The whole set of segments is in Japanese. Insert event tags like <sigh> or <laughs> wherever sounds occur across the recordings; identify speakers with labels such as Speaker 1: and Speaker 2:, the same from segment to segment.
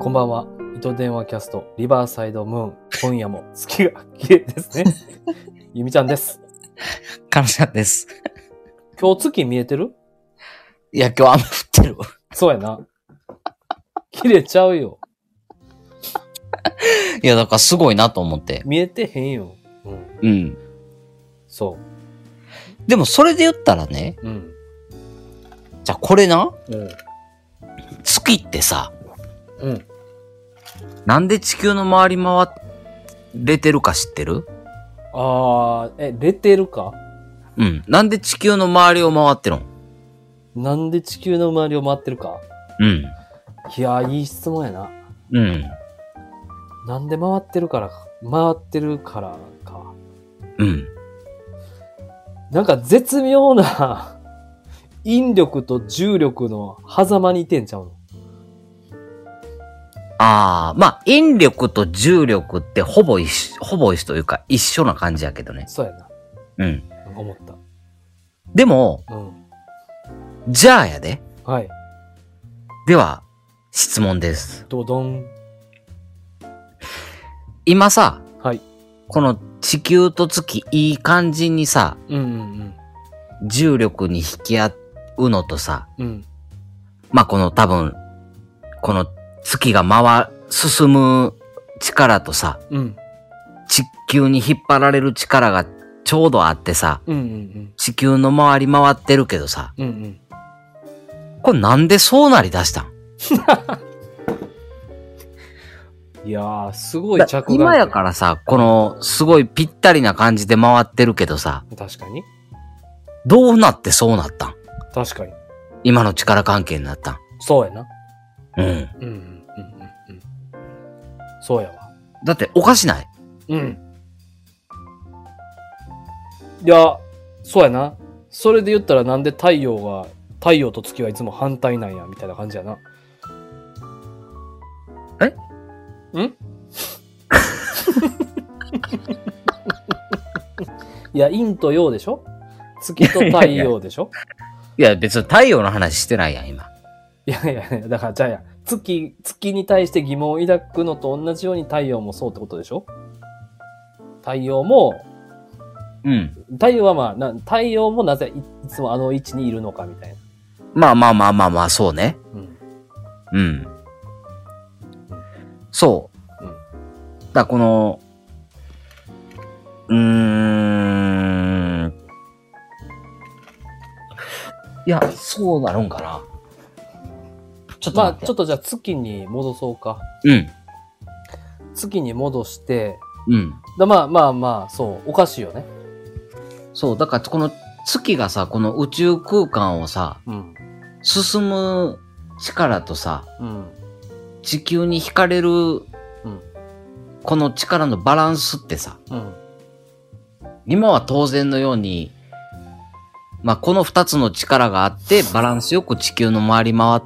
Speaker 1: こんばんは。糸電話キャスト、リバーサイドムーン。今夜も <laughs> 月が綺麗ですね。 <laughs> ゆみちゃんです。
Speaker 2: カムちゃんです。
Speaker 1: 今日月見えてる
Speaker 2: いや、今日雨降ってるわ。 <laughs>
Speaker 1: そうやな。綺麗ちゃうよ。
Speaker 2: いや、だからすごいなと思って。
Speaker 1: 見えてへんよ。うん。
Speaker 2: うん。
Speaker 1: そ
Speaker 2: でもそれで言ったらね、
Speaker 1: う。うん。
Speaker 2: じゃあこれな、
Speaker 1: うん。
Speaker 2: 月ってさ、
Speaker 1: うん。
Speaker 2: なんで地球の周り回れてるか知ってる
Speaker 1: あー、え、出てるか
Speaker 2: うん。なんで地球の周りを回ってるん
Speaker 1: なんで地球の周りを回ってるか
Speaker 2: うん。
Speaker 1: いやー、いい質問やな。
Speaker 2: うん。
Speaker 1: なんで回ってるからか。回ってるからか。
Speaker 2: うん。
Speaker 1: なんか絶妙な <laughs> 引力と重力の狭間にいてんちゃうの
Speaker 2: ああ、まあ、引力と重力ってほぼ一緒、ほぼ一緒というか一緒な感じやけどね。
Speaker 1: そうやな。
Speaker 2: うん。
Speaker 1: なんか思っ
Speaker 2: でも、
Speaker 1: た。うん。
Speaker 2: じゃあやで。
Speaker 1: はい。
Speaker 2: では、質問です。
Speaker 1: ドドン。
Speaker 2: 今さ、
Speaker 1: はい。
Speaker 2: この地球と月いい感じにさ、
Speaker 1: うんうん
Speaker 2: 重力に引き合うのとさ、
Speaker 1: うん。うん。
Speaker 2: まあ、この多分、この月が回、進む力とさ、
Speaker 1: うん。
Speaker 2: 地球に引っ張られる力がちょうどあってさ、
Speaker 1: うんうん
Speaker 2: 地球の周り回ってるけどさ、
Speaker 1: うん。うんうん。
Speaker 2: これなんでそうなりだしたん
Speaker 1: いやー、すごい着眼点。
Speaker 2: 今やからさ、このすごいぴったりな感じで回ってるけどさ、
Speaker 1: 確かに。
Speaker 2: どうなってそうなったん
Speaker 1: 確かに。
Speaker 2: 今の力関係になったん
Speaker 1: そうやな。
Speaker 2: うん。
Speaker 1: うんうんうんうんうん。そうやわ。
Speaker 2: だっておかしない
Speaker 1: うん。いや、そうやな。それで言ったらなんで太陽が、太陽と月はいつも反対なんや、みたいな感じやな。え <laughs> んいや、陰と陽でしょ月と太陽でしょ
Speaker 2: いや、別に太陽の話してないやん、今。
Speaker 1: いやいやいや、だからじゃあや、月、月に対して疑問を抱くのと同じように太陽もそうってことでしょ太陽も、
Speaker 2: うん。
Speaker 1: 太陽はまあ、な太陽もなぜいいつもあの位置にいるのかみたいな。
Speaker 2: まあまあまあまあまあ、そうね。
Speaker 1: うん。
Speaker 2: うん。そう。
Speaker 1: うん
Speaker 2: だからこの、うーん。いや、そうなるんかな。ちょっと
Speaker 1: まあ、
Speaker 2: 待って。
Speaker 1: ちょっとじゃあ月に戻そうか。
Speaker 2: うん。
Speaker 1: 月に戻して、
Speaker 2: うん。
Speaker 1: だまあまあまあ、そう、おかしいよね。
Speaker 2: そう、だからこの月がさ、この宇宙空間をさ、
Speaker 1: うん。
Speaker 2: 進む力とさ、
Speaker 1: うん。
Speaker 2: 地球に惹かれる、この力のバランスってさ、
Speaker 1: うん。
Speaker 2: 今は当然のように、まあ、この二つの力があって、バランスよく地球の回り回っ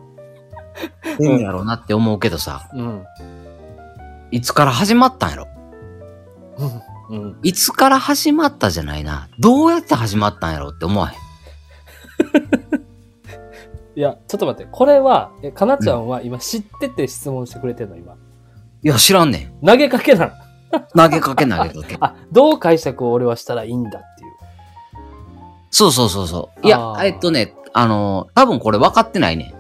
Speaker 2: てんやろうなって思うけどさ、
Speaker 1: うん。
Speaker 2: いつから始まったんやろ
Speaker 1: うん。
Speaker 2: いつから始まったじゃないな。どうやって始まったんやろって思わへん。
Speaker 1: いや、ちょっと待って。これは、えかなちゃんは今知ってて質問してくれてるの、今。
Speaker 2: いや、知らんねん。
Speaker 1: 投げかけなの。。
Speaker 2: 投げかけ投げかけ
Speaker 1: あ、どう解釈を俺はしたらいいんだっていう。
Speaker 2: そうそうそうそう。い
Speaker 1: あ
Speaker 2: や、
Speaker 1: ー
Speaker 2: えっとね、あのー、多分これ分かってないねん。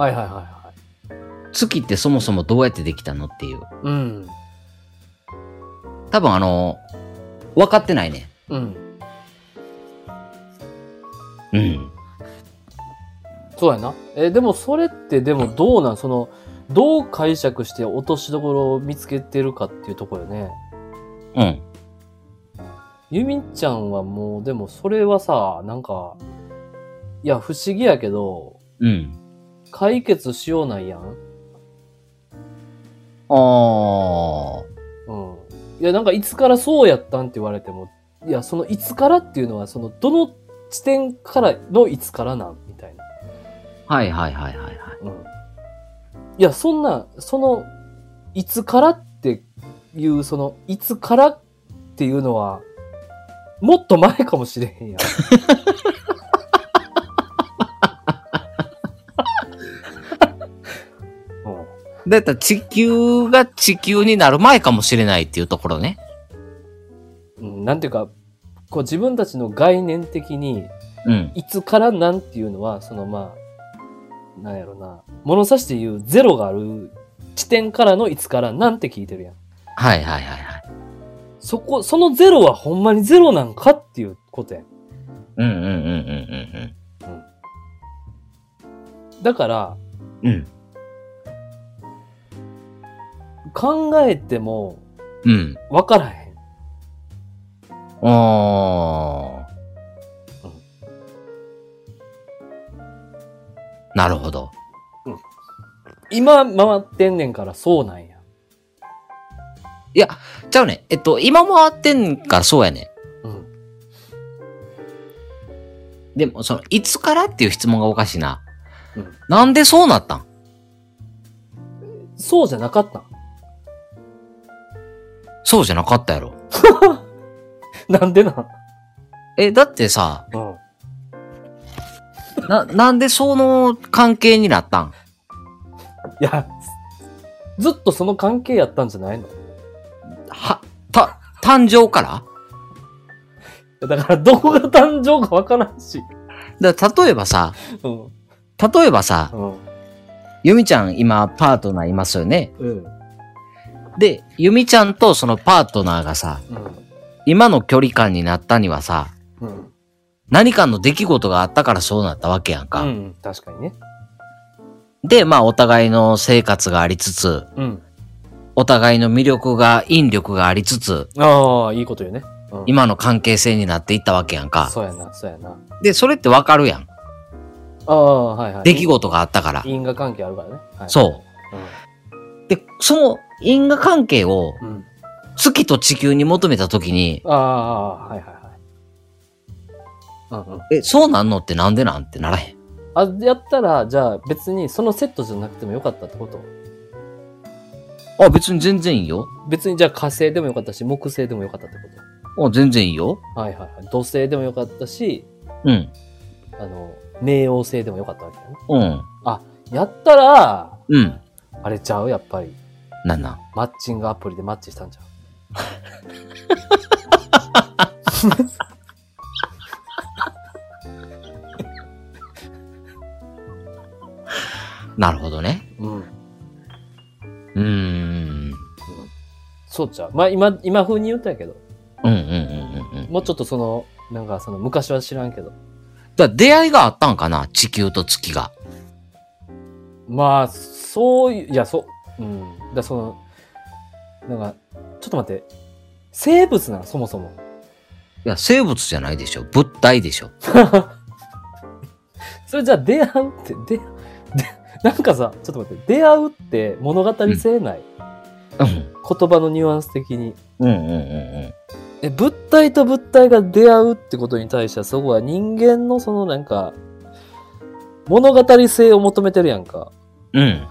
Speaker 1: はいはいはいはい。
Speaker 2: 月ってそもそもどうやってできたのっていう。
Speaker 1: うん。
Speaker 2: 多分あの、分かってないね。
Speaker 1: うん。
Speaker 2: うん。
Speaker 1: そうやな。え、でもそれってでもどうなんその、どう解釈して落としどころを見つけてるかっていうところよね。
Speaker 2: うん。
Speaker 1: ゆみちゃんはもう、でもそれはさ、なんか、いや、不思議やけど、
Speaker 2: うん。
Speaker 1: 解決しようないやん。
Speaker 2: あー。
Speaker 1: うん。いや、なんかいつからそうやったんって言われても、いや、そのいつからっていうのは、その、どの地点からのいつからなんみたいな。
Speaker 2: はいはいはいはいはい。
Speaker 1: うんいや、そんな、その、いつからっていう、その、いつからっていうのは、もっと前かもしれへんやん。うん
Speaker 2: だったら地球が地球になる前かもしれないっていうところね。
Speaker 1: うんなんていうか、こう自分たちの概念的に、
Speaker 2: うん。
Speaker 1: いつからなんていうのは、そのまあ、なんやろな、物差しで言うゼロがある地点からのいつからなんて聞いてるやん。
Speaker 2: はいはいはいはい。
Speaker 1: そこ、そのゼロはほんまにゼロなんかっていうことやん。
Speaker 2: うんうんうんうん
Speaker 1: だから、
Speaker 2: うんうん。うん。
Speaker 1: 考えても
Speaker 2: うん。
Speaker 1: わからへん。
Speaker 2: あ
Speaker 1: う
Speaker 2: ー
Speaker 1: ん
Speaker 2: なるほど。
Speaker 1: 今回ってんねんからそうなんや。
Speaker 2: じゃあね、えっと、今回ってんからそうやね。
Speaker 1: うん。
Speaker 2: でも、その、いつからっていう質問がおかしいな。
Speaker 1: うん
Speaker 2: なんでそうなったん
Speaker 1: そうじゃなかったん。 <laughs>
Speaker 2: そうじゃなかったやろ。
Speaker 1: なんでなん。
Speaker 2: え、だってさ、
Speaker 1: うん。
Speaker 2: な、なんでその関係になったん
Speaker 1: いや、ずっとその関係やったんじゃないの
Speaker 2: は、た、誕生から
Speaker 1: だから、どこが誕生かわからんし。
Speaker 2: だから例えばさ、
Speaker 1: うん。
Speaker 2: 例えばさ、
Speaker 1: うん。
Speaker 2: ゆみちゃん今パートナーいますよね。
Speaker 1: うん。
Speaker 2: で、ゆみちゃんとそのパートナーがさ、
Speaker 1: うん。
Speaker 2: 今の距離感になったにはさ、
Speaker 1: うん。
Speaker 2: 何かの出来事があったからそうなったわけやんか。
Speaker 1: うん。確かにね。
Speaker 2: で、まあお互いの生活がありつつ、
Speaker 1: うん。
Speaker 2: お互いの魅力が、引力がありつつ、
Speaker 1: ああ、いいこと言うね。うん、
Speaker 2: 今の関係性になっていったわけやんか。
Speaker 1: そうやな、そうやな。
Speaker 2: で、それってわかるやん。
Speaker 1: ああ、はいはい。
Speaker 2: 出来事があったから。
Speaker 1: 因果関係あるからね。はい、。
Speaker 2: そうう。で、その因果関係を
Speaker 1: うん。
Speaker 2: 月と地球に求めたときに、
Speaker 1: ああ、はいはいはい。うんうん。
Speaker 2: え、そうなんのってなんでなんってならへん。
Speaker 1: あ、やったら、じゃあ別にそのセットじゃなくてもよかったってこと
Speaker 2: あ、別に全然いいよ。
Speaker 1: 別にじゃあ火星でもよかったし、木星でもよかったってこ
Speaker 2: あ、全然いいよ。
Speaker 1: とはいはいはい。土星でもよかったし、
Speaker 2: うん。
Speaker 1: あの、冥王星でもよかったわけだね。
Speaker 2: うん。
Speaker 1: やったら、
Speaker 2: うん。
Speaker 1: あれちゃうやっぱり。
Speaker 2: なんなん。
Speaker 1: マッチングアプリでマッチしたんじゃう
Speaker 2: なるほどね。
Speaker 1: うん。
Speaker 2: うーん。
Speaker 1: そうちゃう。まあ今、今風に言ったんやけど。
Speaker 2: うんうんうんうんうん。
Speaker 1: もうちょっとその、なんかその昔は知らんけど。
Speaker 2: だから出会いがあったんかな地球と月が。
Speaker 1: まあ、そういう、いや、そう、うん。だからその、なんか、ちょっと待って、生物なの、そもそも。
Speaker 2: いや、生物じゃないでしょ。物体でしょ。
Speaker 1: それじゃあ出会うって、出、で、なんかさ、ちょっと待って、出会うって物語性ない、
Speaker 2: うん。
Speaker 1: 言葉のニュアンス的に。
Speaker 2: うんうんうん
Speaker 1: え、物体と物体が出会うってことに対しては、そこは人間のそのなんか、物語性を求めてるやんか。
Speaker 2: うん。うん。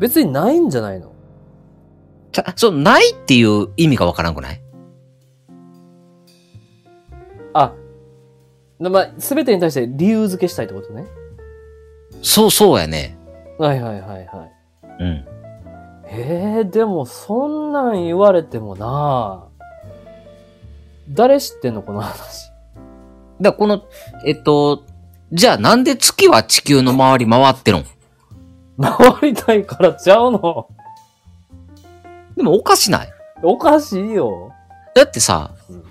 Speaker 1: 別にないんじゃないの
Speaker 2: ちゃ、そう、ないっていう意味がわからんくない
Speaker 1: あ、なまあ、すべてに対して理由付けしたいってことね。
Speaker 2: そうそうやね。
Speaker 1: はいはいはいはい。
Speaker 2: うん。
Speaker 1: えー、でもそんなん言われてもな誰知ってんのこの話。 <laughs>
Speaker 2: だからこの、えっと、じゃあなんで月は地球の周り回ってるん
Speaker 1: 回りたいからちゃうの。
Speaker 2: でもおかしない
Speaker 1: おかしいよ。
Speaker 2: だってさ、
Speaker 1: うんうん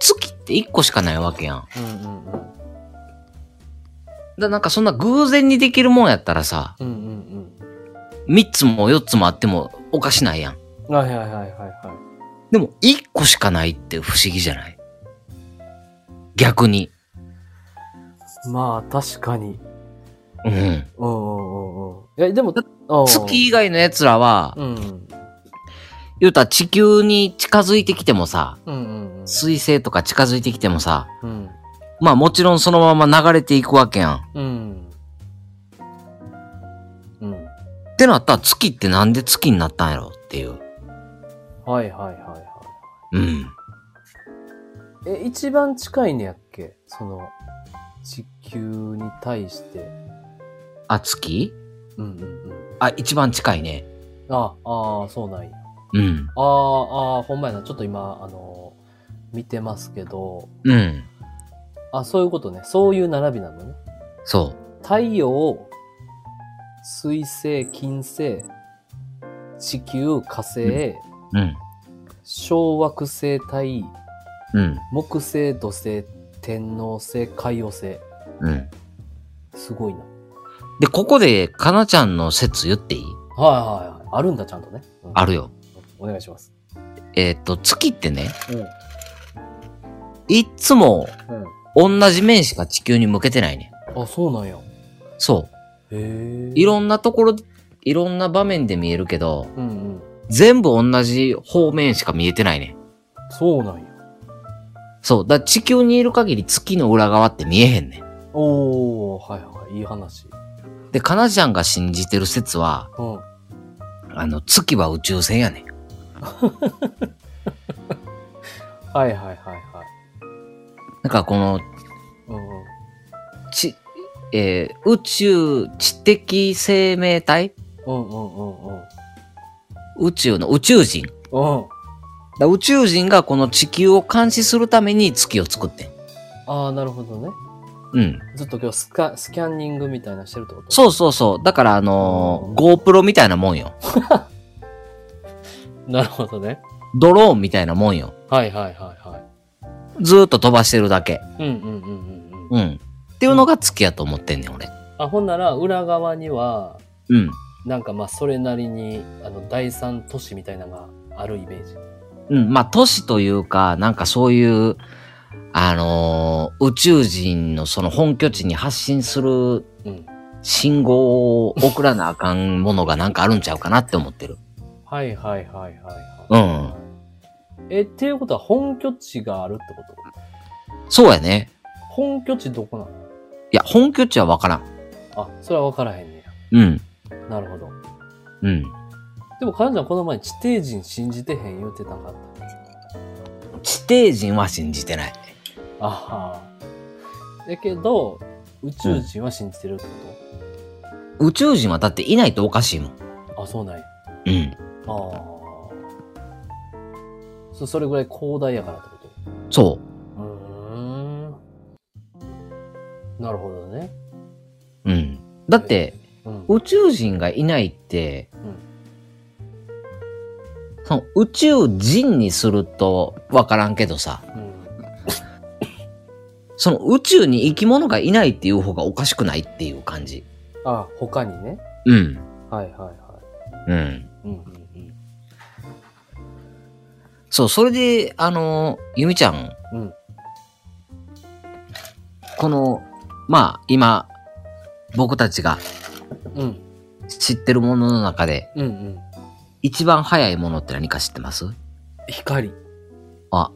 Speaker 2: 月って一個しかないわけやん。だ
Speaker 1: う
Speaker 2: か
Speaker 1: んうん。
Speaker 2: らなんかそんな偶然にできるもんやったらさ、
Speaker 1: うんうん
Speaker 2: 三つも四つもあってもおかしないやん。
Speaker 1: うん。はいはいはいはいは
Speaker 2: でも一個しかないって不思議じゃない逆に。
Speaker 1: い。まあ確かに。
Speaker 2: うん。
Speaker 1: うんうんうんうん。いや、でも、
Speaker 2: 月以外の奴らは、
Speaker 1: うんうん
Speaker 2: 言うたら地球に近づいてきてもさ、
Speaker 1: うん
Speaker 2: 水星とか近づいてきてもさ、
Speaker 1: うん。うん。
Speaker 2: まあもちろんそのまま流れていくわけやん。っ
Speaker 1: うん。うん。
Speaker 2: てなったら月ってなんで月になったんやろっていう。
Speaker 1: はいはいはいはい。
Speaker 2: うん。
Speaker 1: え、一番近いねやっけその、地球に対して。
Speaker 2: あ、月
Speaker 1: うんうんうん。
Speaker 2: あ、一番近いね。
Speaker 1: ああー、そうなんや。
Speaker 2: うん。
Speaker 1: ああ、ああ、ほんまやな。ちょっと今、あのー見てますけど、
Speaker 2: うん。
Speaker 1: あ、そういうことね。そういう並びなのね。
Speaker 2: そ
Speaker 1: 太陽、水星、金星、地球、火星、
Speaker 2: う。うん。
Speaker 1: 小惑星帯、
Speaker 2: うん。
Speaker 1: 木星、土星、天王星、海王星。
Speaker 2: うん。
Speaker 1: すごいな。はい
Speaker 2: で、ここで、かなちゃんの説言っていい
Speaker 1: はいはい。あるんだ、ちゃんとね。うん
Speaker 2: あるよ。
Speaker 1: お願いします。
Speaker 2: えーっと、月ってね、
Speaker 1: うん。
Speaker 2: いっつも
Speaker 1: う
Speaker 2: 同じ面しか地球に向けてないね。
Speaker 1: ん。あ、そうなんや。へ
Speaker 2: そう。
Speaker 1: え。
Speaker 2: いろんなところ、いろんな場面で見えるけど、
Speaker 1: うんうん。
Speaker 2: 全部同じ方面しか見えてないね。
Speaker 1: そうなんや。
Speaker 2: そう。だから地球にいる限り月の裏側って見えへんね。
Speaker 1: おー、はいはい。いい話。
Speaker 2: で、かなちゃんが信じてる説は、
Speaker 1: うん。
Speaker 2: あの、月は宇宙船やね。
Speaker 1: はいはいはいはい。
Speaker 2: なんかこの、
Speaker 1: うんうん。
Speaker 2: ち、えー宇宙知的生命体
Speaker 1: うんうんうんうん。
Speaker 2: 宇宙の宇宙人。
Speaker 1: うん。
Speaker 2: だ宇宙人がこの地球を監視するために月を作ってん。
Speaker 1: ああ、なるほどね。
Speaker 2: うん。
Speaker 1: ずっと今日スカスキャンニングみたいなしてるってこと
Speaker 2: そうそうそう。だからあのー GoPro みたいなもんよ。
Speaker 1: う。なるほどね。
Speaker 2: ドローンみたいなもんよ。
Speaker 1: はいはいはいは
Speaker 2: ずーっと飛ばしてるだけ。
Speaker 1: い。うんうんうんうんうん。
Speaker 2: うん。っていうのが月やと思ってんねん、俺。
Speaker 1: あ、ほんなら裏側には、
Speaker 2: うん。
Speaker 1: なんかまあそれなりに、あの、第三都市みたいなのがあるイメージ。
Speaker 2: うん。まあ、都市というか、なんかそういう、あのー宇宙人のその本拠地に発信する
Speaker 1: うん。
Speaker 2: 信号を送らなあかんものがなんかあるんちゃうかなって思ってる。
Speaker 1: はいはいはいはい、
Speaker 2: う
Speaker 1: はい。
Speaker 2: ん。
Speaker 1: え、っていうことは本拠地があるってこと
Speaker 2: そうやね。
Speaker 1: 本拠地どこなの
Speaker 2: いや、本拠地はわからん。
Speaker 1: あ、それは分からへんね
Speaker 2: うん。
Speaker 1: や。なるほど。
Speaker 2: うん。
Speaker 1: でも、彼女はこの前地底人信じてへん言うてなかった。
Speaker 2: 地底人は信じてない。
Speaker 1: あはだけど、宇宙人は信じてるってこ
Speaker 2: 宇宙人はだっていないとおかしいもん。
Speaker 1: と、あ、そうなんや。
Speaker 2: うん。
Speaker 1: ああ。そそれぐらい広大やからってこ
Speaker 2: そ
Speaker 1: とうーん。なるほどね。
Speaker 2: う。うん。だって、
Speaker 1: うん。
Speaker 2: 宇宙人がいないって、
Speaker 1: ん
Speaker 2: その宇宙人にするとわからんけどさ、
Speaker 1: うん
Speaker 2: その宇宙に生き物がいないっていう方がおかしくないっていう感じ。
Speaker 1: あ、他にね。
Speaker 2: うん。
Speaker 1: はいはいはい
Speaker 2: うん。。
Speaker 1: うんうん
Speaker 2: そう、それで、あの、ゆみちゃん、
Speaker 1: うん。うん。
Speaker 2: この、まあ、今、僕たちが
Speaker 1: うん。
Speaker 2: 知ってるものの中で、
Speaker 1: うんうん。
Speaker 2: 一番早いものって何か知ってます
Speaker 1: 光。
Speaker 2: あ、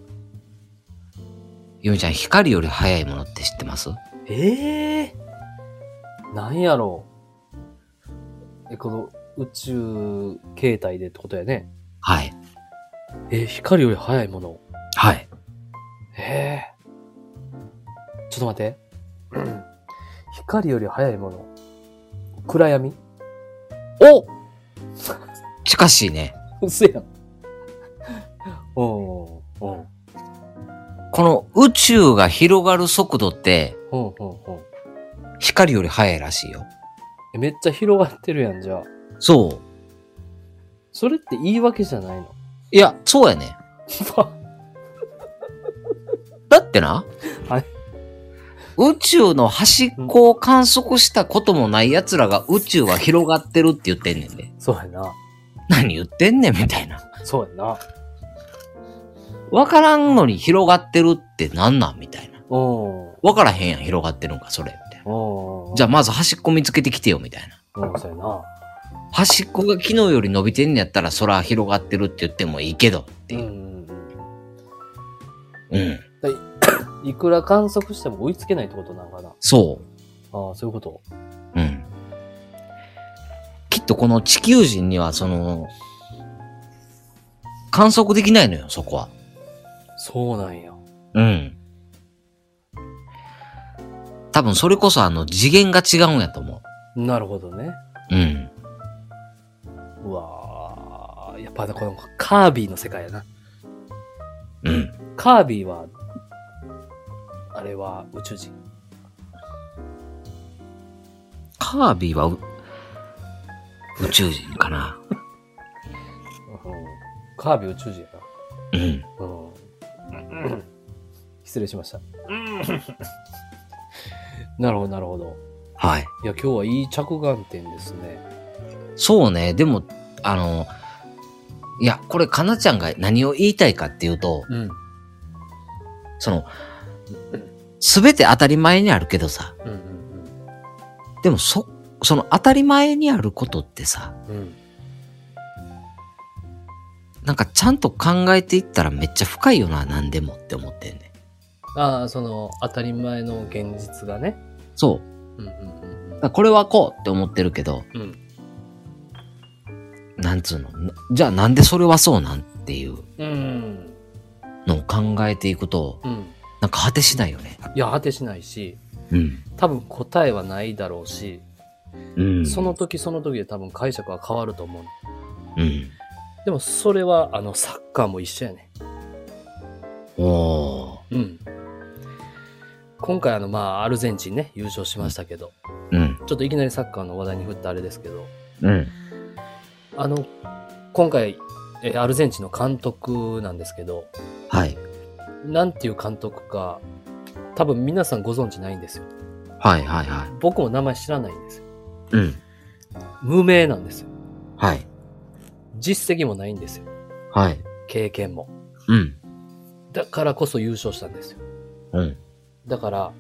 Speaker 2: ゆみちゃん、光より早いものって知ってます
Speaker 1: ええなんやろう。え、この宇宙形態でってことやね。
Speaker 2: はい。
Speaker 1: え、光より早いもの。
Speaker 2: はい。
Speaker 1: へえ。ちょっと待って。 <clears throat> うん光より早いもの。暗闇 <laughs>
Speaker 2: お近しいね。
Speaker 1: うせやん。 <laughs> うん。うん。
Speaker 2: この宇宙が広がる速度って、
Speaker 1: うん。うん。うん。
Speaker 2: 光より速いらしいよ。
Speaker 1: えめっちゃ広がってるやん、じゃあ。
Speaker 2: そう。
Speaker 1: それって言い訳じゃないの <laughs>
Speaker 2: いや、そうやね。だってな。
Speaker 1: はい
Speaker 2: 宇宙の端っこを観測したこともない奴らが宇宙は広がってるって言ってんねんで。
Speaker 1: そうやな。
Speaker 2: 何言ってんねんみたいな。
Speaker 1: そうやな。
Speaker 2: わからんのに広がってるってなんなんみたいな。
Speaker 1: うん。
Speaker 2: わからへんやん、広がってるんか、それ。みたいな。
Speaker 1: うん。
Speaker 2: じゃ
Speaker 1: ゃ
Speaker 2: あまず端っこ見つけてきてよ、みたいな。
Speaker 1: うん、そうやな。
Speaker 2: 端っこが昨日より伸びてんねやったら空広がってるって言ってもいいけどって
Speaker 1: うん
Speaker 2: いうう。
Speaker 1: ん
Speaker 2: うん。
Speaker 1: うん。いくら観測しても追いつけないってことなのかな。
Speaker 2: そ
Speaker 1: ああ、そういうこと。
Speaker 2: う。うん。きっとこの地球人にはその、観測できないのよ、そこは。
Speaker 1: そうなんや。
Speaker 2: うん。多分それこそあの次元が違うんやと思う。
Speaker 1: なるほどね。
Speaker 2: うん。
Speaker 1: うわーやっぱこのカービィの世界やな。
Speaker 2: うん。
Speaker 1: カービィは、あれは宇宙人。
Speaker 2: カービィはう宇宙人かな。
Speaker 1: カービィ宇宙人やな。
Speaker 2: うん。
Speaker 1: うん、失礼しました。なるほど、なるほど。
Speaker 2: はい。
Speaker 1: いや、今日はいい着眼点ですね。
Speaker 2: そうね。でも、あの、いや、これ、かなちゃんが何を言いたいかっていうと、
Speaker 1: うん。
Speaker 2: その、すべて当たり前にあるけどさ、
Speaker 1: うんうん
Speaker 2: でもそ、その当たり前にあることってさ、
Speaker 1: うん。うん。
Speaker 2: なんかちゃんと考えていったらめっちゃ深いよな、何でもって思ってんね。
Speaker 1: ああ、その、当たり前の現実がね。
Speaker 2: そう。
Speaker 1: うんうんうん
Speaker 2: だからこれはこうって思ってるけど、
Speaker 1: うん。うん。
Speaker 2: なんつうの、なじゃあなんでそれはそうなんっていう
Speaker 1: うん。
Speaker 2: のを考えていくと、
Speaker 1: うん。
Speaker 2: なんか果てしないよね。
Speaker 1: いや、果てしないし、
Speaker 2: うん。
Speaker 1: 多分答えはないだろうし、
Speaker 2: うん。
Speaker 1: その、時その時で多分解釈は変わると思う。
Speaker 2: うん。
Speaker 1: でもそれは、あの、サッカーも一緒やね。
Speaker 2: おー。
Speaker 1: うん。今回あの、まあ、アルゼンチンね、優勝しましたけど、
Speaker 2: うん。
Speaker 1: ちょっといきなりサッカーの話題に振ったあれですけど、
Speaker 2: うん。
Speaker 1: あの、今回、えアルゼンチンの監督なんですけど、
Speaker 2: はい。
Speaker 1: なんていう監督か、多分皆さんご存知ないんですよ。
Speaker 2: はいはいは
Speaker 1: 僕も名前知らないんですよ。
Speaker 2: い。うん。
Speaker 1: 無名なんですよ。
Speaker 2: はい。
Speaker 1: 実績もないんですよ。
Speaker 2: はい。
Speaker 1: 経験も。
Speaker 2: うん。
Speaker 1: だからこそ優勝したんですよ。
Speaker 2: うん。
Speaker 1: だから、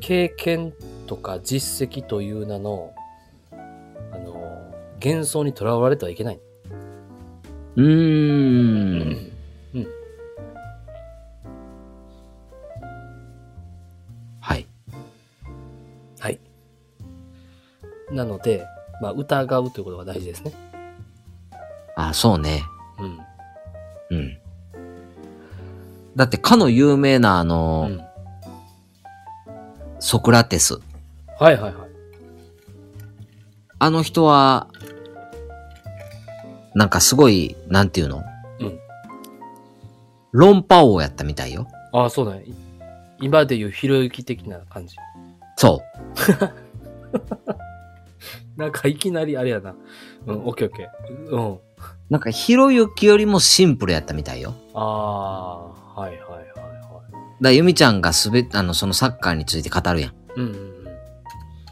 Speaker 1: 経験とか実績という名の、あの、幻想にとらわれてはいけない。
Speaker 2: うーん。はい。
Speaker 1: はい。なので、まあ、疑うということが大事ですね。
Speaker 2: あ、そうね。
Speaker 1: うん。
Speaker 2: うん。だって、かの有名なあの、
Speaker 1: うん
Speaker 2: ソクラテス。
Speaker 1: はいはいはい。
Speaker 2: あの人は、なんかすごい、なんていうの
Speaker 1: うん
Speaker 2: 論破王やったみたいよ。
Speaker 1: ああ、そうだね。い今でいうひろゆき的な感じ。
Speaker 2: そ
Speaker 1: なんかいきなりあれやな。うん、オッケーオッケー。うん。
Speaker 2: う。なんか、ひろゆきよりもシンプルやったみたいよ。
Speaker 1: ああー、はいはいはいはい。
Speaker 2: だから、ゆみちゃんがすべ、あの、そのサッカーについて語るやん。
Speaker 1: うんうんうん。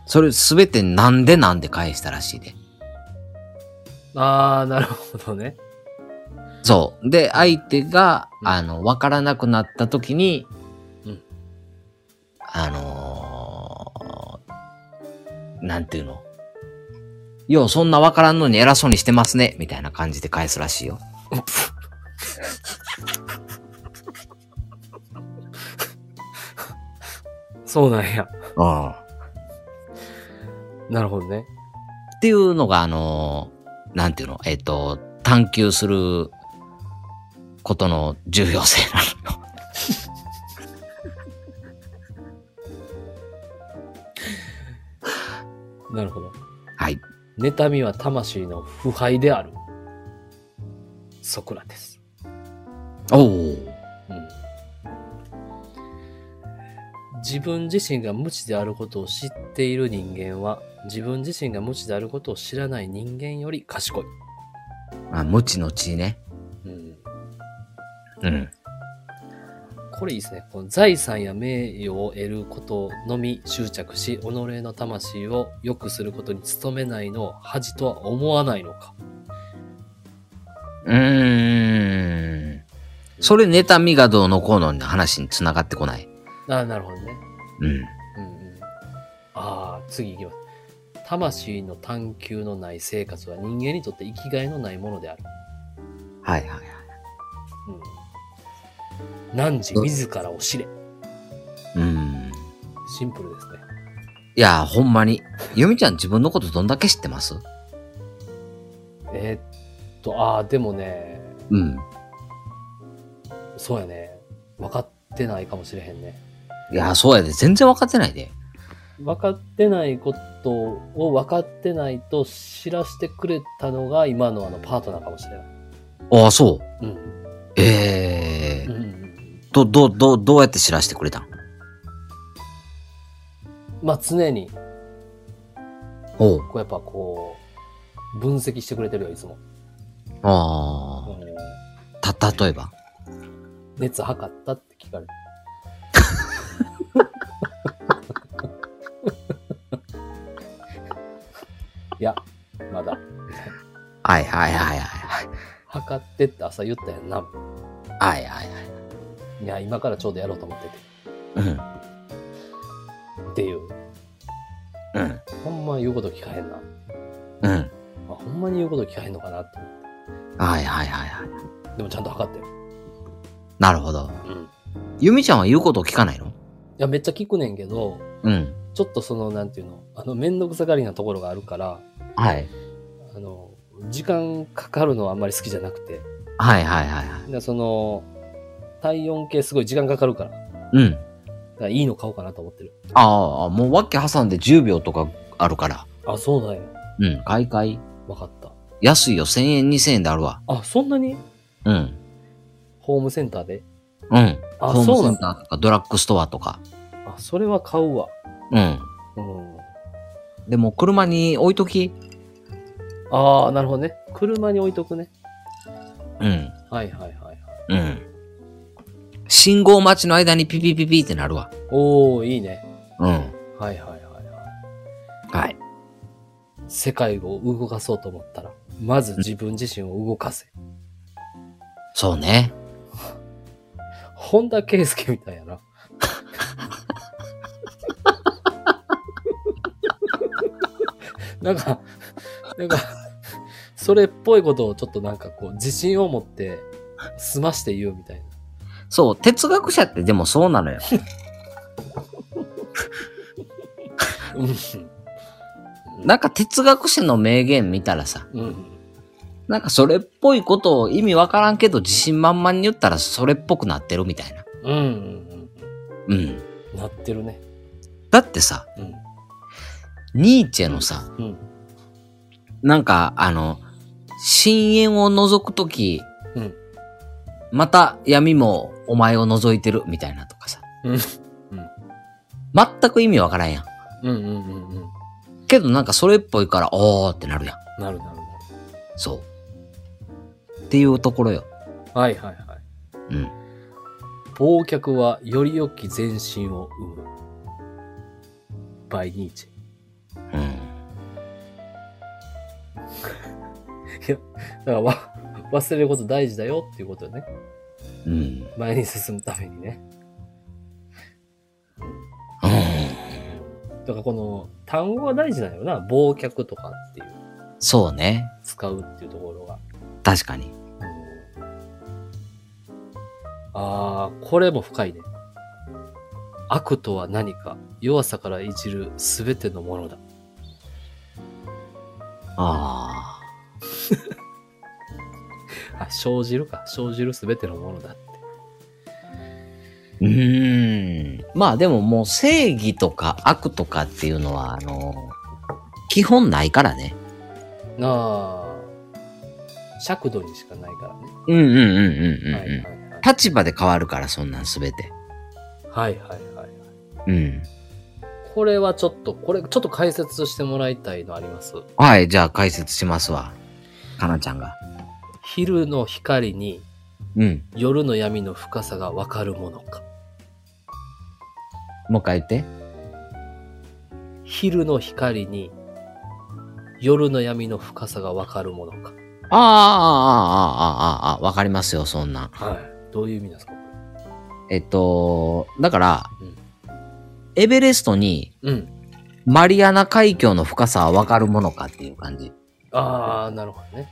Speaker 2: それすべてなんでなんで返したらしいで。
Speaker 1: ああ、なるほどね。
Speaker 2: そう。で、相手が、
Speaker 1: うん
Speaker 2: あの、わからなくなった時に、
Speaker 1: うん
Speaker 2: あのーなんていうのよう、そんなわからんのに偉そうにしてますね、みたいな感じで返すらしいよ。
Speaker 1: そうなんや。
Speaker 2: うん。っ
Speaker 1: なるほどね。
Speaker 2: ていうのが、あのーなんていうのえっ、と、探求することの重要性なの。
Speaker 1: なるほど。
Speaker 2: はい。
Speaker 1: 妬みは魂の腐敗である。ソクラテス。
Speaker 2: おお。
Speaker 1: うん。自分自身が無知であることを知っている人間は、自分自身が無知であることを知らない人間より賢い。
Speaker 2: あ、無知の知ね。
Speaker 1: うん。
Speaker 2: うん。
Speaker 1: これいいですね。この財産や名誉を得ることのみ執着し、己の魂を良くすることに努めないのを恥とは思わないのか。
Speaker 2: うーん。それ、妬みがどうのこうのの話に繋がってこない。
Speaker 1: ああ、なるほどね。
Speaker 2: うん。
Speaker 1: うんうん。ああ、次いきます。魂の探求のない生活は人間にとって生きがいのないものである。
Speaker 2: はいはいは
Speaker 1: う
Speaker 2: い。
Speaker 1: ん。汝自らを知れ。
Speaker 2: うん。
Speaker 1: シンプルですね。
Speaker 2: いや、ほんまに。ゆみちゃん自分のことどんだけ知ってます
Speaker 1: えーっと、ああ、でもね、
Speaker 2: うん。
Speaker 1: そうやね。分かってないかもしれへんね。
Speaker 2: いや、そうやで。全然わかってないで。
Speaker 1: 分かってないことを分かってないと知らせてくれたのが今のあのパートナーかもしれない。
Speaker 2: ああ、そう。
Speaker 1: うん。
Speaker 2: ええ
Speaker 1: う
Speaker 2: ー。
Speaker 1: ん、
Speaker 2: ど、ど、ど、どうやって知らせてくれたの
Speaker 1: まあ常に、こ
Speaker 2: おう。
Speaker 1: うやっぱこう、分析してくれてるよ、いつも。
Speaker 2: あ
Speaker 1: うん
Speaker 2: あ。た、例えば。
Speaker 1: 熱測ったって <laughs> 聞かれる。いや、まだ、
Speaker 2: はいはいはいはい。
Speaker 1: 測ってって朝言ったやんな。
Speaker 2: はいはいはい。
Speaker 1: いや、今からちょうどやろうと思ってて。
Speaker 2: うん。
Speaker 1: っていう。
Speaker 2: うん。
Speaker 1: ほんま言うこと聞かへんな。
Speaker 2: うん。
Speaker 1: あほんまに言うこと聞かへんのかなって。
Speaker 2: はいはいはいはい。
Speaker 1: でもちゃんと測ってる。
Speaker 2: なるほど。
Speaker 1: うん。い
Speaker 2: ゆみちゃんは言うことを聞かないの
Speaker 1: や、めっちゃ聞くねんけど、
Speaker 2: うん。
Speaker 1: ちょっとその、なんていうの、あの、めんどくさがりなところがあるから、
Speaker 2: はい。
Speaker 1: あの、時間かかるのはあんまり好きじゃなくて。
Speaker 2: はいはいはいはい。
Speaker 1: でその、体温計すごい時間かかるから、だか
Speaker 2: うん。
Speaker 1: らいいの買おうかなと思ってる。
Speaker 2: ああ、もう訳挟んで10秒とかあるから。
Speaker 1: あ、そうなんや。
Speaker 2: うん。買い買い。
Speaker 1: わかった。
Speaker 2: 安いよ。1000円、2000円であるわ。
Speaker 1: あ、そんなに
Speaker 2: うん。
Speaker 1: ホームセンターで
Speaker 2: うん。
Speaker 1: あ
Speaker 2: ホーム
Speaker 1: そう
Speaker 2: セ
Speaker 1: な
Speaker 2: ン
Speaker 1: ん
Speaker 2: ターとかドラッグストアとか。
Speaker 1: あ、それは買うわ。
Speaker 2: うん。
Speaker 1: うん。
Speaker 2: でも車に置いとき。
Speaker 1: ああ、なるほどね。車に置いとくね。
Speaker 2: うん。
Speaker 1: はいはいはいはい。
Speaker 2: うん。信号待ちの間にピピピピってなるわ。
Speaker 1: おー、いいね。
Speaker 2: うん。
Speaker 1: はいはいはいはい。
Speaker 2: はい。
Speaker 1: 世界を動かそうと思ったら、まず自分自身を動かせ。
Speaker 2: そうね。
Speaker 1: 本田圭佑みたいやな。 <laughs> なんか、なんか、それっぽいことをちょっとなんかこう、自信を持って、済まして言うみたいな。
Speaker 2: そう、哲学者ってでもそうなの <laughs> よ。
Speaker 1: う
Speaker 2: なんか哲学者の名言見たらさ、
Speaker 1: ん。うん。
Speaker 2: なんかそれっぽいことを意味わからんけど自信満々に言ったらそれっぽくなってるみたいな。
Speaker 1: うん。うんう
Speaker 2: うん。
Speaker 1: ん。なってるね。
Speaker 2: だってさ、
Speaker 1: うん。
Speaker 2: ニーチェのさ、
Speaker 1: うん。
Speaker 2: なんかあの、深淵を覗くとき、
Speaker 1: うん
Speaker 2: また闇もお前を覗いてるみたいなとかさ。
Speaker 1: うんうん
Speaker 2: 全く意味わからんや
Speaker 1: う
Speaker 2: ん。
Speaker 1: んうんうんうん。
Speaker 2: けどなんかそれっぽいから、おーってなるやん。
Speaker 1: なるなるなる。
Speaker 2: そう。っていうところよ。
Speaker 1: はいはいはい。
Speaker 2: うん。
Speaker 1: 忘却はより良き前進を生む。バイニーチェ。
Speaker 2: うん。
Speaker 1: だからわ <laughs> 忘れること大事だよっていうことよね。
Speaker 2: うん。うん。
Speaker 1: 前に進むためにね。だからこの単語が大事だよな。忘却とかっていう、
Speaker 2: そうね。
Speaker 1: 使うっていうところが。
Speaker 2: 確かに。
Speaker 1: あー、これも深いね。悪とは何か、弱さからいじるすべてのものだ。
Speaker 2: あ
Speaker 1: あ、生じるか。生じるすべてのものだって。
Speaker 2: あ。うーん。まあでももう正義とか悪とかっていうのは、あの、基本ないからね。
Speaker 1: なあ、尺度にしかないからね。
Speaker 2: うんうんうんうんうん。
Speaker 1: はいはい
Speaker 2: うん
Speaker 1: はい。
Speaker 2: 立場で変わるから、そんなんすべて。
Speaker 1: はいはいはい。
Speaker 2: うん。
Speaker 1: これはちょっと、これちょっと解説してもらいたいのあります。
Speaker 2: はい、じゃあ解説しますわ。かなちゃんが。
Speaker 1: 昼の光に
Speaker 2: うん。
Speaker 1: 夜の闇の深さがわかるものか。
Speaker 2: もう一回言って。
Speaker 1: 昼の光に夜の闇の深さがわかるものか。
Speaker 2: ああ、ああ、ああ、ああ、ああ、わかりますよ、そんなん。
Speaker 1: はい。どういう意味なんですか
Speaker 2: えっと、だから、
Speaker 1: うん
Speaker 2: エベレストに
Speaker 1: うん。
Speaker 2: マリアナ海峡の深さはわかるものかっていう感じ。
Speaker 1: ああ、なるほどね。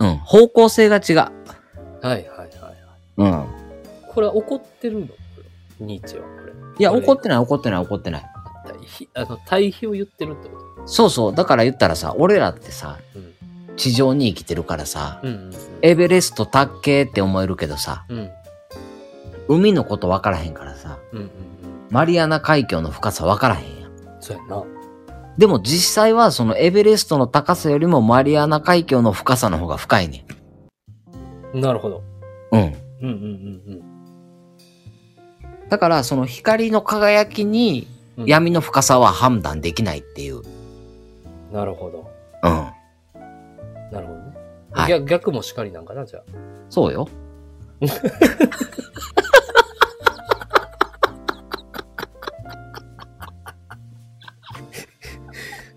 Speaker 2: うん。方向性が違う。
Speaker 1: はいはいはいはい。
Speaker 2: うん。
Speaker 1: これは怒ってるのこれニーチェはこれ。
Speaker 2: いや、
Speaker 1: これ
Speaker 2: 怒ってない、怒ってない、怒ってない。
Speaker 1: 対比あの対比を言ってるってこと。
Speaker 2: そうそう。だから言ったらさ、俺らってさ、
Speaker 1: うん。
Speaker 2: 地上に生きてるからさ、
Speaker 1: うんうん、うん。
Speaker 2: エベレスト卓系って思えるけどさ、
Speaker 1: うん。うん
Speaker 2: 海のことわからへんからさ、
Speaker 1: うんうん。
Speaker 2: マリアナ海峡の深さわからへんやん。
Speaker 1: そうやんな。
Speaker 2: でも実際はそのエベレストの高さよりもマリアナ海峡の深さの方が深いね
Speaker 1: なるほど。
Speaker 2: ん。うん。
Speaker 1: うんうんうん
Speaker 2: だからその光の輝きに
Speaker 1: うん。
Speaker 2: 闇の深さは判断できないっていう。
Speaker 1: なるほど。
Speaker 2: うん。
Speaker 1: なるほどね。
Speaker 2: はい
Speaker 1: 逆逆もしかりなんかな、じ
Speaker 2: <laughs>
Speaker 1: ゃあ。
Speaker 2: そうよ。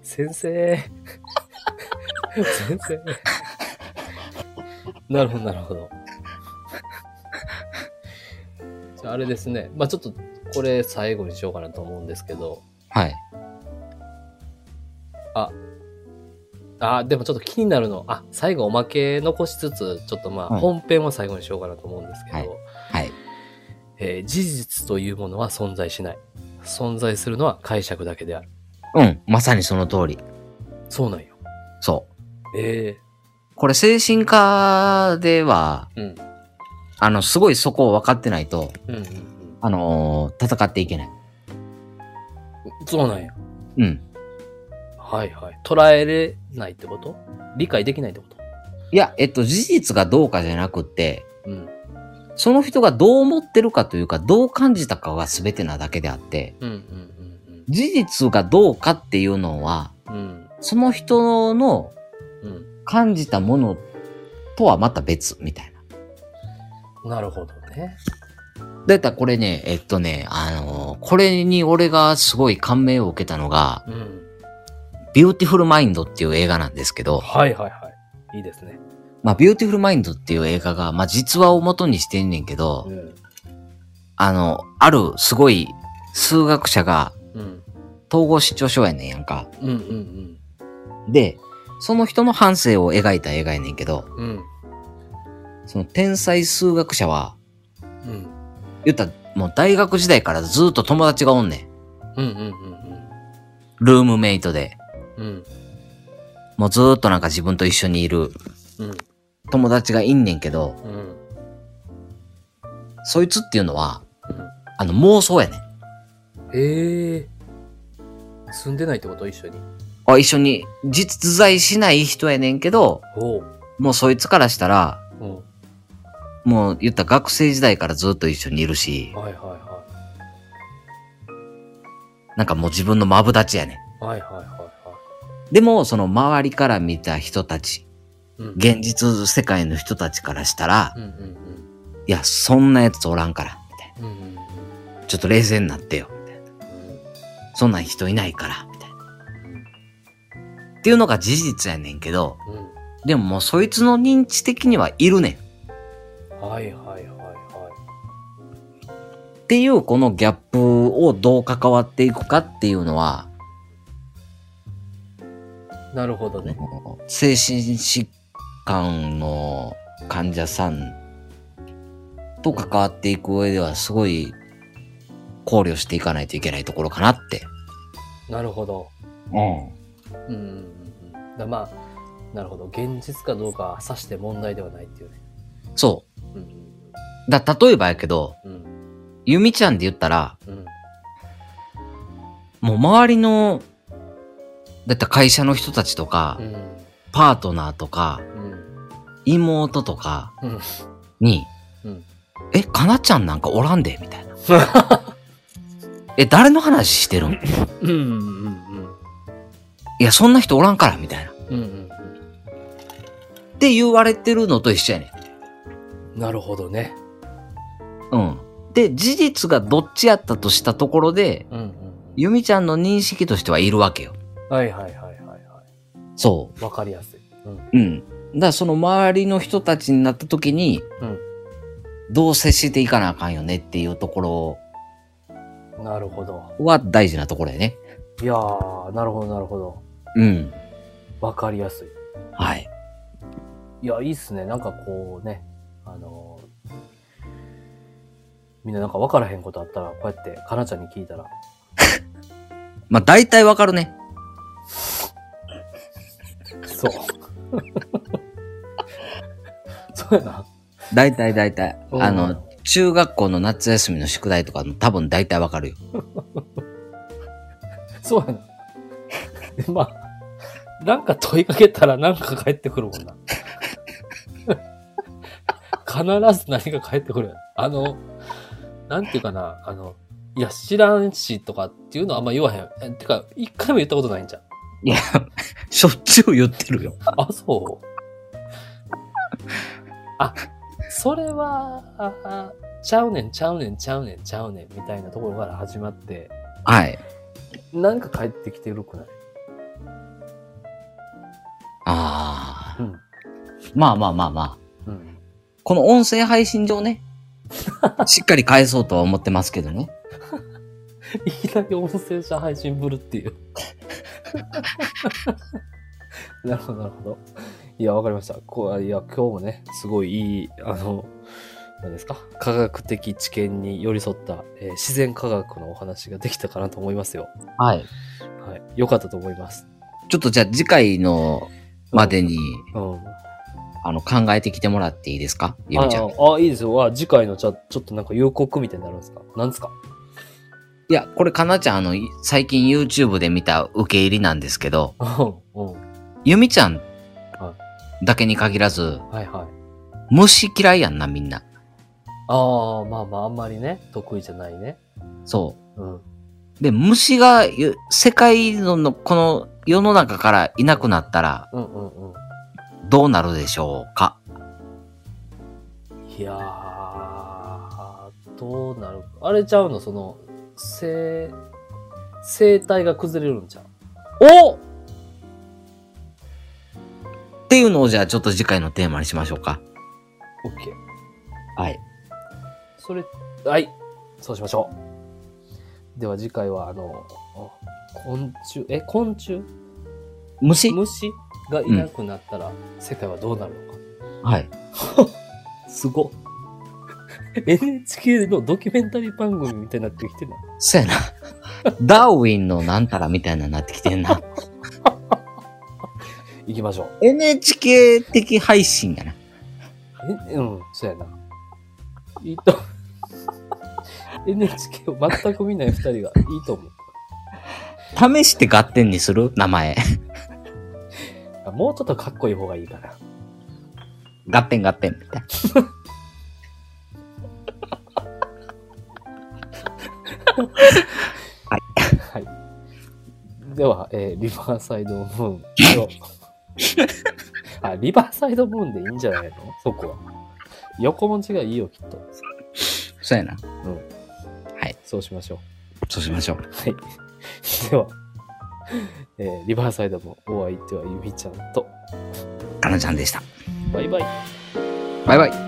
Speaker 1: 先生。 <laughs> 先生。なるほど、なるほど。じゃあ、あれですね。まあちょっと、これ最後にしようかなと思うんですけど。
Speaker 2: はい。
Speaker 1: あ、でもちょっと気になるの。あ、最後おまけ残しつつ、ちょっとまあ
Speaker 2: はい
Speaker 1: 本編は最後にしようかなと思うんですけど。
Speaker 2: はいはい。
Speaker 1: えー事実というものは存在しない。存在するのは解釈だけである。
Speaker 2: うん。まさにその通り。
Speaker 1: そうなんよ。
Speaker 2: そう。
Speaker 1: え
Speaker 2: これ精神科では、
Speaker 1: えうん。
Speaker 2: あの、すごいそこを分かってないと、
Speaker 1: うんうんうん。
Speaker 2: あのー戦っていけない。
Speaker 1: そうなんや。
Speaker 2: うん。
Speaker 1: はいはい。捉えれないってこと理解できないってこと
Speaker 2: いや、えっと、事実がどうかじゃなくって、
Speaker 1: うん。
Speaker 2: その人がどう思ってるかというか、どう感じたかが全てなだけであって、
Speaker 1: うんうん
Speaker 2: 事実がどうかっていうのは、
Speaker 1: うんうん。うん。
Speaker 2: その人の
Speaker 1: うん。
Speaker 2: 感じたものとはまた別みたいな。
Speaker 1: なるほどね。
Speaker 2: だいたいこれね、えっとね、あのーこれに俺がすごい感銘を受けたのが、
Speaker 1: うん。
Speaker 2: ビューティフルマインドっていう映画なんですけど、
Speaker 1: はいはいはい。いいですね。
Speaker 2: まあ、ビューティフルマインドっていう映画が、まあ、実話を元にしてんねんけど、
Speaker 1: うん。
Speaker 2: あの、あるすごい数学者が
Speaker 1: うん。
Speaker 2: 統合失調症やねんやんか。
Speaker 1: うんうん
Speaker 2: で、その人の半生を描いた映画やねんけど、
Speaker 1: うん。うん。
Speaker 2: その天才数学者は、
Speaker 1: うん。
Speaker 2: 言ったらもう大学時代からずっと友達がおんねん。
Speaker 1: うんうん
Speaker 2: ルームメイトで。
Speaker 1: うんうん。うん。
Speaker 2: もうずーっとなんか自分と一緒にいる
Speaker 1: うん。
Speaker 2: 友達がいんねんけど、
Speaker 1: うん。
Speaker 2: そいつっていうのは、あの妄想やねん。
Speaker 1: ええー。住んでないってこと一緒に。
Speaker 2: あ一緒に実在しない人やねんけど、
Speaker 1: おう。
Speaker 2: もうそいつからしたら、
Speaker 1: うん。
Speaker 2: もう言ったら学生時代からずっと一緒にいるし、
Speaker 1: はいはいは
Speaker 2: なんかもう自分のマブダチやねん。
Speaker 1: い。はいはいはいは
Speaker 2: でも、その周りから見た人たち、
Speaker 1: い。うん。
Speaker 2: 現実世界の人たちからしたら
Speaker 1: う、んうん
Speaker 2: いや、そんなやつおらんから、みたい
Speaker 1: うん。うんうん
Speaker 2: な。ちょっと冷静になってよ、みたいな。そんなん人いないから、みたいな。っていうのが事実やねんけど、
Speaker 1: うん。
Speaker 2: でももうそいつの認知的にはいるねん。
Speaker 1: うん。はいはいはいは
Speaker 2: っていうこのギャップをどう関わっていくかっていうのは、
Speaker 1: い。なるほどね。
Speaker 2: 精神疾患の患者さんと関わっていく上ではすごい考慮していかないといけないところかなって。
Speaker 1: なるほど。
Speaker 2: う
Speaker 1: うんうんうんうん。だまあ、なるほど。現実かどうかはさして問題ではないっていうね。
Speaker 2: ん。そ
Speaker 1: うん
Speaker 2: う。だ、例えばやけど、
Speaker 1: うんうん。
Speaker 2: ゆみちゃんで言ったら、
Speaker 1: うん
Speaker 2: もう周りの、だって会社の人たちとか、
Speaker 1: うん。
Speaker 2: パートナーとか、
Speaker 1: うん。
Speaker 2: 妹とか
Speaker 1: うん。
Speaker 2: に、
Speaker 1: うん
Speaker 2: え、かなちゃんなんかおらんでみたい
Speaker 1: <laughs>
Speaker 2: な。え、誰の話してるん
Speaker 1: うんうんうん。
Speaker 2: いや、そんな人おらんから、みたいな。っ
Speaker 1: うんうん
Speaker 2: て言われてるのと一緒やね
Speaker 1: うん。なるほどね。
Speaker 2: ん。うん。で、事実がどっちやったとしたところで、
Speaker 1: うんうんうん。
Speaker 2: ゆみちゃんの認識としてはいるわけよ。
Speaker 1: はいはいはいはいは
Speaker 2: そ
Speaker 1: い。わかりやすい。うん。
Speaker 2: う。うん。だからその周りの人たちになった時に、
Speaker 1: うん
Speaker 2: どう接していかなあかんよねっていうとこ
Speaker 1: なるほど。
Speaker 2: ろは大事なところやね。
Speaker 1: いやー、なるほどなるほど。
Speaker 2: うん。
Speaker 1: わかりやすい。
Speaker 2: はい。
Speaker 1: いや、いいっすね。なんかこうね、あのーみんななんか分からへんことあったら、こうやって、かなちゃんに聞いたら、
Speaker 2: まあ大体わかるね。
Speaker 1: そう。 <laughs> そうやな。
Speaker 2: 大体大体。
Speaker 1: うん
Speaker 2: あの、中学校の夏休みの宿題とかの多分大体わかるよ。
Speaker 1: そうやな。でまあ、なんか問いかけたらなんか返ってくるもんな。必ず何か返ってくるやん。あの、なんていうかな、あの、いや、知らんしとかっていうのはあんま言わへん。えてか、一回も言ったことないんじゃん。
Speaker 2: しょっちゅう言ってるよ。
Speaker 1: <laughs> あ、そう。あ、それは、ああちゃうねん、ちゃうねん、ちゃうねん、ちゃうねん、みたいなところから始まって、
Speaker 2: はい。
Speaker 1: なんか帰ってきてるくない
Speaker 2: ああ。
Speaker 1: うん。
Speaker 2: まあまあまあまあ。
Speaker 1: うん。
Speaker 2: この音声配信上 <laughs> ね、しっかり返そうとは思ってますけどね。
Speaker 1: <laughs> いきなり音声者配信ぶるっていう。 <laughs> なるほど、なるほど。いや、わかりました。こういや、今日もね、すごいいい、あの、何ですか科学的知見に寄り添った、えー自然科学のお話ができたかなと思いますよ。
Speaker 2: はい。
Speaker 1: はい。良かったと思います。
Speaker 2: ちょっとじゃあ次回のまでに、
Speaker 1: うん。
Speaker 2: あの、考えてきてもらっていいですかゆみちゃん。い
Speaker 1: ああ、いいですよ。あ、次回のじゃあちょっとなんか有効句みたいになるんですかなんですか
Speaker 2: や、これかなちゃん、あの、い最近 YouTube で見た受け入りなんですけど、
Speaker 1: うん。うん。
Speaker 2: ゆみちゃんだけに限らず、
Speaker 1: はいはい。
Speaker 2: 虫嫌いやんな、みんな。
Speaker 1: ああ、まあまあ、あんまりね、得意じゃないね。
Speaker 2: そ
Speaker 1: うん。
Speaker 2: う。で、虫が、ゆ世界のの、この世の中からいなくなったら、
Speaker 1: うんうんうん。
Speaker 2: どうなるでしょうか
Speaker 1: いやー、どうなるあれちゃうのその、生、生態が崩れるんちゃう
Speaker 2: おっていうのをじゃあちょっと次回のテーマにしましょうか。
Speaker 1: オッケー。
Speaker 2: はい。
Speaker 1: それ、はい。そうしましょう。では次回は、あの、昆虫、え、昆虫
Speaker 2: 虫
Speaker 1: 虫がいなくなったら、世界はどうなるのか。
Speaker 2: はい。
Speaker 1: すごっ。NHK のドキュメンタリー番組みたいになってきてる
Speaker 2: そう <laughs> やな。ダーウィンのなんたらみたいななってきてんな。
Speaker 1: 行きましょう。
Speaker 2: NHK 的配信やな。
Speaker 1: え、うん、そうやな。いいと。NHK を全く見ない二人がいいと思う
Speaker 2: 試して合点にする名前。
Speaker 1: あ。もうちょっとかっこいい方がいいかな。
Speaker 2: 合点合点みたいな。
Speaker 1: はい。では、えーリバーサイドムーンをあ、リバーサイドムーンでいいんじゃないのそこは。横文字がいいよ、きっと。
Speaker 2: そうやな。
Speaker 1: そうしましょう。
Speaker 2: そうしましょう。
Speaker 1: はい。 <laughs> では、えーリバーサイドのお相手はゆみちゃんと、
Speaker 2: かなちゃんでした。
Speaker 1: バイバイ。
Speaker 2: バイバイ。